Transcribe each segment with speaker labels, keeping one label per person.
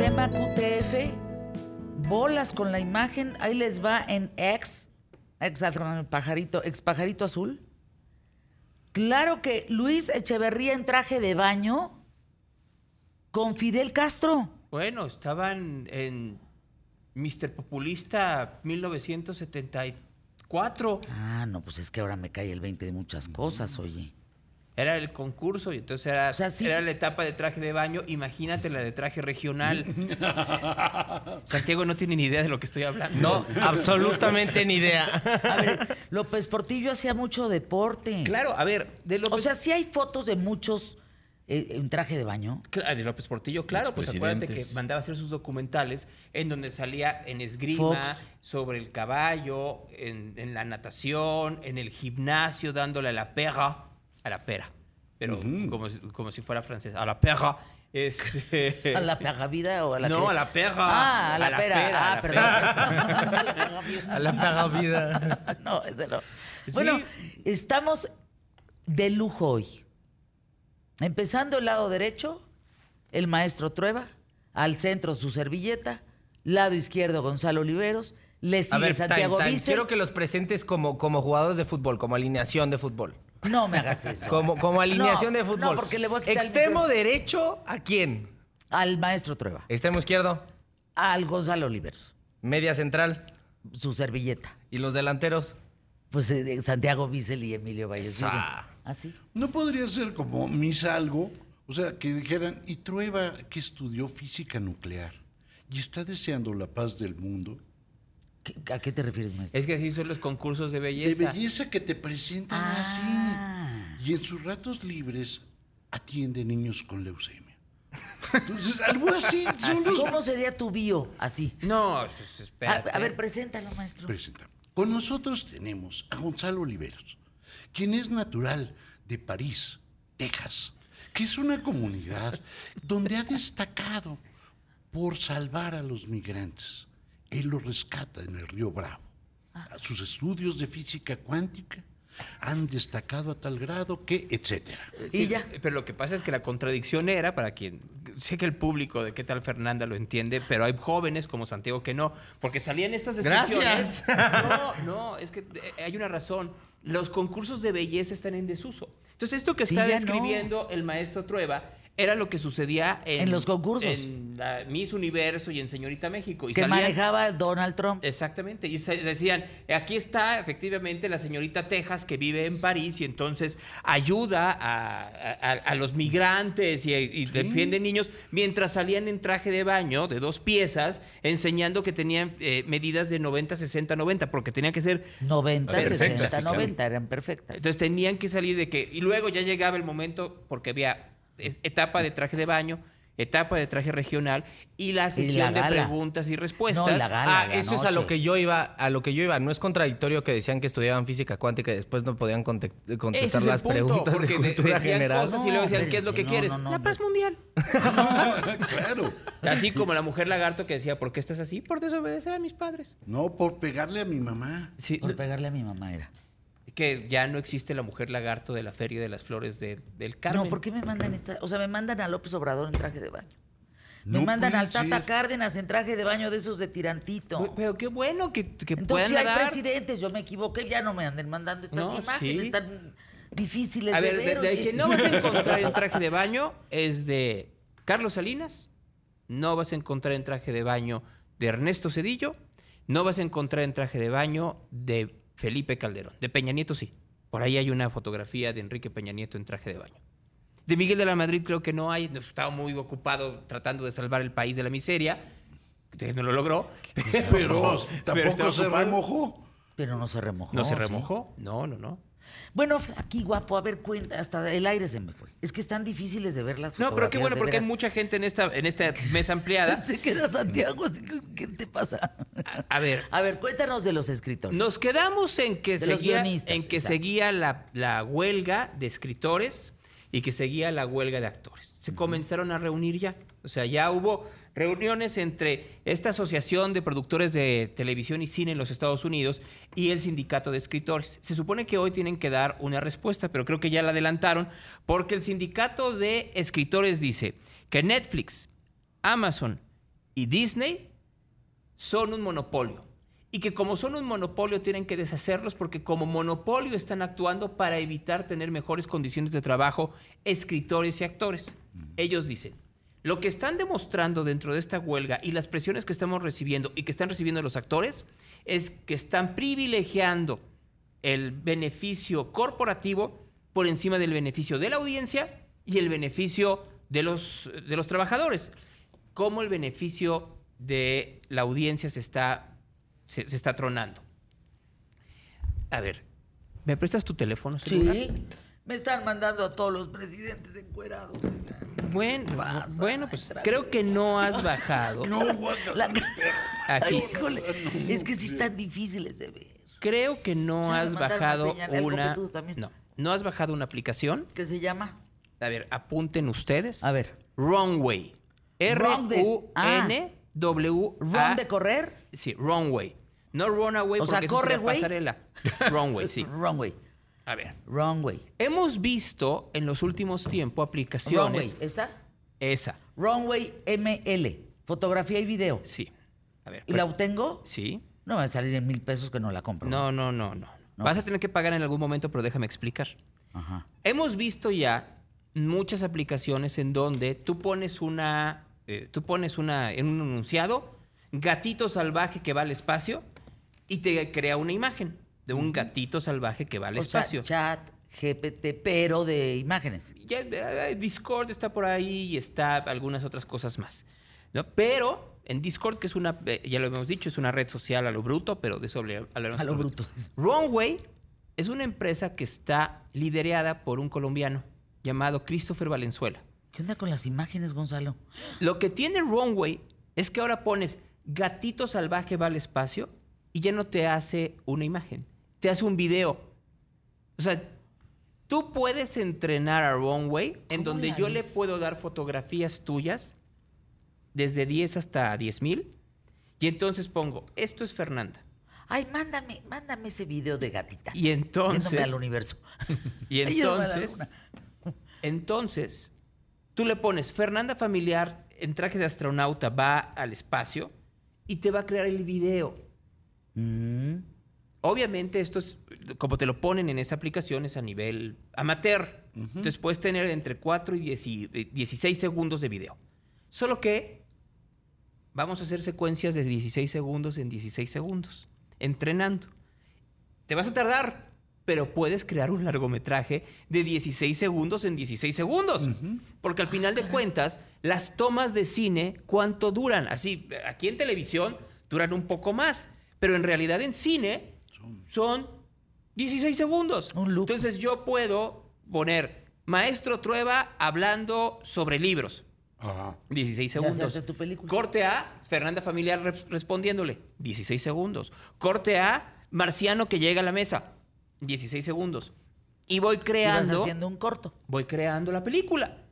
Speaker 1: llama QTF. Bolas con la imagen. Ahí les va en ex. Ex pajarito, ex pajarito azul. Claro que Luis Echeverría en traje de baño con Fidel Castro.
Speaker 2: Bueno, estaban en Mr. Populista 1974.
Speaker 1: Ah, no, pues es que ahora me cae el 20 de muchas cosas, oye.
Speaker 2: Era el concurso y entonces era,
Speaker 1: O sea, sí.
Speaker 2: era la etapa de traje de baño. Imagínate la de traje regional. Santiago no tiene ni idea de lo que estoy hablando.
Speaker 3: No, absolutamente ni idea.
Speaker 1: A ver, López Portillo hacía mucho deporte.
Speaker 2: Claro, a ver, de
Speaker 1: O
Speaker 2: López,
Speaker 1: sea, sí hay fotos de muchos eh, en traje de baño.
Speaker 2: cla- de López Portillo, claro, pues acuérdate que
Speaker 4: presidentes.
Speaker 2: mandaba hacer sus documentales en donde salía en esgrima,
Speaker 1: Fox.
Speaker 2: sobre el caballo, en, en la natación, en el gimnasio, dándole a la perra, a la pera, pero como, si- como si fuera francés, a la perra. Este,
Speaker 1: ¿A la pagavida o a la
Speaker 2: no,
Speaker 1: que-
Speaker 2: a la perra.
Speaker 1: Ah, a la, pera.
Speaker 2: pera,
Speaker 1: Ah,
Speaker 2: a la
Speaker 1: perdón.
Speaker 2: pera.
Speaker 1: A la pagavida.
Speaker 3: A la paga vida.
Speaker 1: no, ese no. Bueno, estamos de lujo hoy. Empezando el lado derecho, el maestro Trueba, al centro su servilleta, lado izquierdo Gonzalo Oliveros, le sigue
Speaker 3: A ver, tan,
Speaker 1: Santiago
Speaker 3: tan,
Speaker 1: Vicen.
Speaker 3: quiero que los presentes como, como jugadores de fútbol, como alineación de fútbol.
Speaker 1: No me hagas eso.
Speaker 3: Como, como alineación
Speaker 1: No,
Speaker 3: de
Speaker 1: No,
Speaker 3: fútbol.
Speaker 1: porque le voy a quitar el
Speaker 3: Extremo
Speaker 1: micrófono.
Speaker 3: derecho, ¿a quién?
Speaker 1: al maestro Trueba,
Speaker 3: Extremo izquierdo,
Speaker 1: al Gonzalo Oliveros,
Speaker 3: media central
Speaker 1: su servilleta.
Speaker 3: y los delanteros.
Speaker 1: Pues eh, Santiago Vicel y Emilio ¿Ah, Vallecillo.
Speaker 3: Esa.
Speaker 1: Así.
Speaker 4: No podría ser como misalgo, o sea, que dijeran, y Trueba que estudió física nuclear y está deseando la paz del mundo.
Speaker 1: ¿Qué- ¿A qué te refieres, maestro?
Speaker 2: Es que así son los concursos de
Speaker 4: De
Speaker 2: belleza.
Speaker 4: belleza que te presentan
Speaker 1: Ah.
Speaker 4: así. Y en sus ratos libres atiende niños con leucemia. Entonces, algo así son los
Speaker 1: ¿Cómo sería tu bio? Así.
Speaker 2: No, pues,
Speaker 1: A,
Speaker 2: espérate.
Speaker 1: a ver, preséntalo, maestro.
Speaker 4: presenta. Con nosotros tenemos a Gonzalo Oliveros, quien es natural de París, Texas, que es una comunidad donde ha destacado por salvar a los migrantes. Él los rescata en el río Bravo.
Speaker 1: Ah.
Speaker 4: Sus estudios de física cuántica han destacado a tal grado que, etcétera.
Speaker 2: Eh, Sí,
Speaker 1: y ya.
Speaker 2: Pero lo que pasa es que la contradicción era, para quien. Sé que el público de qué tal Fernanda lo entiende, pero hay jóvenes como Santiago que no, porque salían estas descripciones. No, no, es que eh, hay una razón. Los concursos de belleza están en desuso. Entonces, esto que
Speaker 1: Sí,
Speaker 2: está
Speaker 1: ya no.
Speaker 2: describiendo el maestro Trueba era lo que sucedía en,
Speaker 1: En los concursos.
Speaker 2: En la Miss Universo y en Señorita México. Y Eh,
Speaker 1: que
Speaker 2: salían-
Speaker 1: manejaba Donald Trump.
Speaker 2: Exactamente, y se- decían, aquí está efectivamente la señorita Texas que vive en París y entonces ayuda a, a- a los migrantes y, y defiende niños, mientras salían en traje de baño de dos piezas, enseñando que tenían eh, medidas de 90, 60, 90, porque tenían que ser
Speaker 1: 90,
Speaker 2: Perfectas,
Speaker 1: 60,
Speaker 2: sí,
Speaker 1: 90, eran perfectas.
Speaker 2: entonces tenían que salir de que. Y luego ya llegaba el momento, porque había es- etapa de traje de baño, etapa de traje regional y la sesión de
Speaker 1: gala.
Speaker 2: preguntas y respuestas.
Speaker 1: No, y la gala.
Speaker 3: Ah, eso es a lo
Speaker 1: noche.
Speaker 3: que yo iba, a lo que yo iba. No es contradictorio que decían que estudiaban física cuántica y después no podían conte-
Speaker 2: Ese
Speaker 3: contestar
Speaker 2: es el
Speaker 3: las
Speaker 2: punto,
Speaker 3: preguntas de
Speaker 2: porque de-
Speaker 3: cultura
Speaker 2: decían
Speaker 3: general.
Speaker 2: cosas y luego decían,
Speaker 1: No,
Speaker 2: ¿qué es lo que
Speaker 1: espérense, no, no,
Speaker 2: quieres?
Speaker 1: no,
Speaker 2: la
Speaker 1: no.
Speaker 2: paz mundial.
Speaker 1: Ah.
Speaker 4: Claro.
Speaker 2: Así como la mujer lagarto que decía, ¿por qué estás así? Por desobedecer a mis padres.
Speaker 4: No por pegarle a mi mamá.
Speaker 2: Sí,
Speaker 1: Por pegarle a mi mamá era.
Speaker 2: que ya no existe la mujer lagarto de la Feria de las Flores de- del Carmen.
Speaker 1: No, ¿por qué me mandan esta? O sea, me mandan a López Obrador en traje de baño. Me
Speaker 4: No
Speaker 1: mandan
Speaker 4: puede
Speaker 1: al Tata
Speaker 4: ser.
Speaker 1: Cárdenas en traje de baño de esos de tirantito.
Speaker 2: Pero- Pero qué bueno que, que
Speaker 1: Entonces,
Speaker 2: puedan
Speaker 1: si hay
Speaker 2: nadar.
Speaker 1: presidentes, yo me equivoqué, ya no me anden mandando estas
Speaker 2: No,
Speaker 1: imágenes
Speaker 2: sí.
Speaker 1: tan difíciles
Speaker 2: A
Speaker 1: de
Speaker 2: ver, de,
Speaker 1: ver,
Speaker 2: de
Speaker 1: oye.
Speaker 2: quien no vas a encontrar en traje de baño es de Carlos Salinas, no vas a encontrar en traje de baño de Ernesto Cedillo, no vas a encontrar en traje de baño de Felipe Calderón. De Peña Nieto sí. Por ahí hay una fotografía de Enrique Peña Nieto en traje de baño. De Miguel de la Madrid creo que no hay, estaba muy ocupado tratando de salvar el país de la miseria. Entonces no lo logró.
Speaker 4: Pero este
Speaker 2: pero está
Speaker 4: tampoco se
Speaker 2: ocupado.
Speaker 4: remojó.
Speaker 1: Pero no se remojó.
Speaker 2: ¿No se
Speaker 1: ¿sí?
Speaker 2: remojó? No, no, no.
Speaker 1: Bueno, aquí guapo, a ver, cuenta, hasta el aire se me fue. Es que están difíciles de ver las
Speaker 2: No, pero qué
Speaker 1: fotografías,
Speaker 2: bueno,
Speaker 1: de
Speaker 2: porque hay
Speaker 1: veras.
Speaker 2: mucha gente en esta, en esta mesa ampliada.
Speaker 1: Se queda Santiago, así que, ¿qué te pasa?
Speaker 2: A ver,
Speaker 1: A ver, cuéntanos de los escritores.
Speaker 2: Nos quedamos en que
Speaker 1: De los
Speaker 2: seguía,
Speaker 1: guionistas,
Speaker 2: en que
Speaker 1: exacto.
Speaker 2: seguía la, la huelga de escritores y que seguía la huelga de actores. Se comenzaron a reunir ya. O sea, ya hubo reuniones entre esta asociación de productores de televisión y cine en los Estados Unidos y el sindicato de escritores. Se supone que hoy tienen que dar una respuesta, pero creo que ya la adelantaron porque el sindicato de escritores dice que Netflix, Amazon y Disney son un monopolio. Y que como son un monopolio tienen que deshacerlos porque como monopolio están actuando para evitar tener mejores condiciones de trabajo escritores y actores. Ellos dicen, lo que están demostrando dentro de esta huelga y las presiones que estamos recibiendo y que están recibiendo los actores es que están privilegiando el beneficio corporativo por encima del beneficio de la audiencia y el beneficio de los, de los trabajadores. Cómo el beneficio de la audiencia se está, se, se está tronando. A ver, ¿me prestas tu teléfono celular?
Speaker 1: Sí. Me están mandando a todos los presidentes encuerados. oiga.
Speaker 2: Bueno,
Speaker 1: Pasa,
Speaker 2: bueno, pues
Speaker 1: maestra.
Speaker 2: creo que no has bajado.
Speaker 4: No, guácala.
Speaker 1: La-
Speaker 2: Aquí.
Speaker 1: Híjole, es que sí están difíciles de ver.
Speaker 2: Creo que no
Speaker 1: Ya me
Speaker 2: has
Speaker 1: mandaron a
Speaker 2: bajado
Speaker 1: Peña, algo
Speaker 2: una.
Speaker 1: que tú también.
Speaker 2: No, no has bajado una aplicación.
Speaker 1: ¿Qué se llama?
Speaker 2: A ver, apunten ustedes.
Speaker 1: A ver.
Speaker 2: Runway.
Speaker 1: Wrong de- ah.
Speaker 2: R-U-N-W.
Speaker 1: ¿Ron de correr?
Speaker 2: Sí, Runway. No Runaway
Speaker 1: O sea,
Speaker 2: porque eso
Speaker 1: corre,
Speaker 2: sería
Speaker 1: güey.
Speaker 2: pasarela. Runway, pues sí.
Speaker 1: Wrong way.
Speaker 2: A ver.
Speaker 1: Wrong way.
Speaker 2: Hemos visto en los últimos tiempos
Speaker 1: Wrong
Speaker 2: aplicaciones.
Speaker 1: way. ¿Está?
Speaker 2: Esa,
Speaker 1: Wrong way ML. Fotografía y video.
Speaker 2: sí. A ver.
Speaker 1: ¿Y
Speaker 2: pero-
Speaker 1: la obtengo?
Speaker 2: Sí.
Speaker 1: No me va a salir en mil pesos que no la compro.
Speaker 2: No, no, no, no. Vas a tener que pagar en algún momento, pero déjame explicar.
Speaker 1: Ajá.
Speaker 2: Hemos visto ya muchas aplicaciones en donde tú pones una, eh, tú pones una, en un enunciado, gatito salvaje que va al espacio y te crea una imagen de un gatito salvaje que va al
Speaker 1: O sea,
Speaker 2: espacio.
Speaker 1: chat, GPT, pero de imágenes.
Speaker 2: Ya, eh, Discord está por ahí y está algunas otras cosas más. ¿no? Pero en Discord, que es una, eh, ya lo hemos dicho, es una red social a lo bruto, pero de eso habl- hablaremos.
Speaker 1: A lo
Speaker 2: otro
Speaker 1: bruto.
Speaker 2: Runway es una empresa que está liderada por un colombiano llamado Christopher Valenzuela.
Speaker 1: ¿Qué onda con las imágenes, Gonzalo?
Speaker 2: Lo que tiene Runway es que ahora pones gatito salvaje va al espacio y ya no te hace una imagen, te hace un video. O sea, tú puedes entrenar a Runway en
Speaker 1: ¿Cómo
Speaker 2: donde
Speaker 1: la
Speaker 2: yo le
Speaker 1: ves?
Speaker 2: puedo dar fotografías tuyas desde 10 hasta 10 mil y entonces pongo, esto es Fernanda.
Speaker 1: Ay, mándame, mándame ese video de gatita.
Speaker 2: Y
Speaker 1: Yéndome
Speaker 2: entonces...
Speaker 1: al universo.
Speaker 2: Y
Speaker 1: Yéndome a la
Speaker 2: entonces...
Speaker 1: luna.
Speaker 2: Entonces, tú le pones Fernanda Familiar en traje de astronauta va al espacio y te va a crear el video.
Speaker 1: Mm.
Speaker 2: Obviamente, esto es, como te lo ponen en esta aplicación, es a nivel amateur. Entonces puedes tener entre 4 y 10 y- eh, 16 segundos de video. Solo que vamos a hacer secuencias de 16 segundos en 16 segundos, entrenando. Te vas a tardar, pero puedes crear un largometraje de 16 segundos en 16 segundos. Porque al
Speaker 1: Ah,
Speaker 2: final de cuentas, las tomas de cine, ¿cuánto duran? Así, aquí en televisión duran un poco más, pero en realidad en cine son 16 segundos.
Speaker 1: Un loop.
Speaker 2: Entonces yo puedo poner Maestro Trueba hablando sobre libros.
Speaker 4: Ajá.
Speaker 2: 16
Speaker 1: Ya
Speaker 2: segundos.
Speaker 1: hacerte tu película.
Speaker 2: Corte A, Fernanda Familiar re- respondiéndole. 16 segundos. Corte A, Marciano que llega a la mesa. 16 segundos. Y voy
Speaker 1: Y vas
Speaker 2: creando,
Speaker 1: haciendo un corto.
Speaker 2: voy creando la película.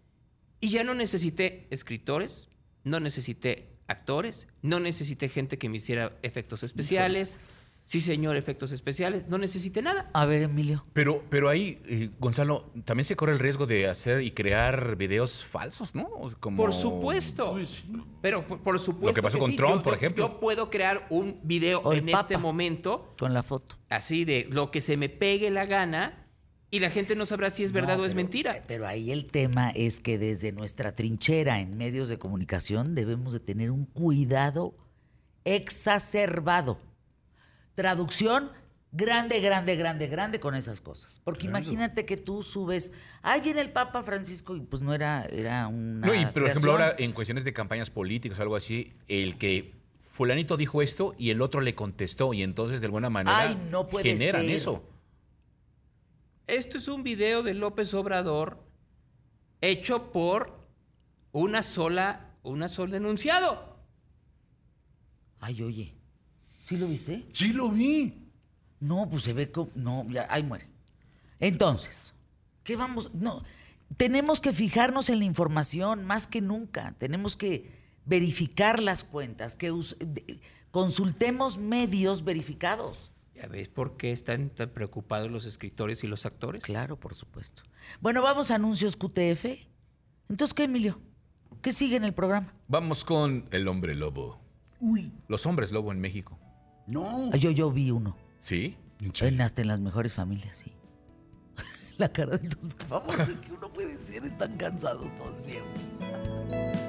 Speaker 2: Y ya no necesité escritores, no necesité actores, no necesité gente que me hiciera efectos especiales. Sí, señor, efectos especiales. No necesité nada.
Speaker 1: A ver, Emilio.
Speaker 5: Pero, pero ahí, eh, Gonzalo, también se corre el riesgo de hacer y crear videos falsos, ¿no? O sea, Como...
Speaker 2: Por supuesto. Pero por, por supuesto.
Speaker 5: Lo que pasó con Trump,
Speaker 2: Yo-
Speaker 5: por
Speaker 2: yo-
Speaker 5: ejemplo.
Speaker 2: Yo puedo crear un video
Speaker 1: O el
Speaker 2: en
Speaker 1: Papa.
Speaker 2: este momento
Speaker 1: Con la foto.
Speaker 2: así de lo que se me pegue la gana y la gente no sabrá si es verdad
Speaker 1: No,
Speaker 2: o es
Speaker 1: pero- eh,
Speaker 2: mentira.
Speaker 1: Pero ahí el tema es que desde nuestra trinchera en medios de comunicación debemos de tener un cuidado exacerbado. Traducción grande, grande, grande, grande con esas cosas. Porque imagínate que tú subes, ahí viene el Papa Francisco y pues no era, era una...
Speaker 5: No, y por ejemplo,
Speaker 1: creación.
Speaker 5: ahora en cuestiones de campañas políticas o algo así, el que fulanito dijo esto y el otro le contestó y entonces de alguna manera
Speaker 1: Ay, no puede
Speaker 5: generan
Speaker 1: ser.
Speaker 5: eso.
Speaker 2: Esto es un video de López Obrador hecho por una sola, una sola denunciado.
Speaker 1: Ay, oye, ¿sí lo viste?
Speaker 4: Sí lo vi.
Speaker 1: No, pues se ve como. No, ya, ahí muere. Entonces, ¿qué vamos? No, tenemos que fijarnos en la información más que nunca. Tenemos que verificar las cuentas, que us- de- consultemos medios verificados.
Speaker 2: ¿Ya ves por qué están tan preocupados los escritores y los actores?
Speaker 1: Claro, por supuesto. Bueno, vamos a anuncios QTF. Entonces, ¿qué, Emilio? ¿Qué sigue en el programa?
Speaker 5: Vamos con el hombre lobo.
Speaker 4: Uy.
Speaker 5: Los hombres lobo en México.
Speaker 4: No.
Speaker 1: Ah, Yo, yo vi uno.
Speaker 5: ¿Sí?
Speaker 4: ¿En
Speaker 1: En,
Speaker 4: serio?
Speaker 1: hasta en las mejores familias, sí. La cara de tus papás, que uno puede ser, están cansados todos viejos.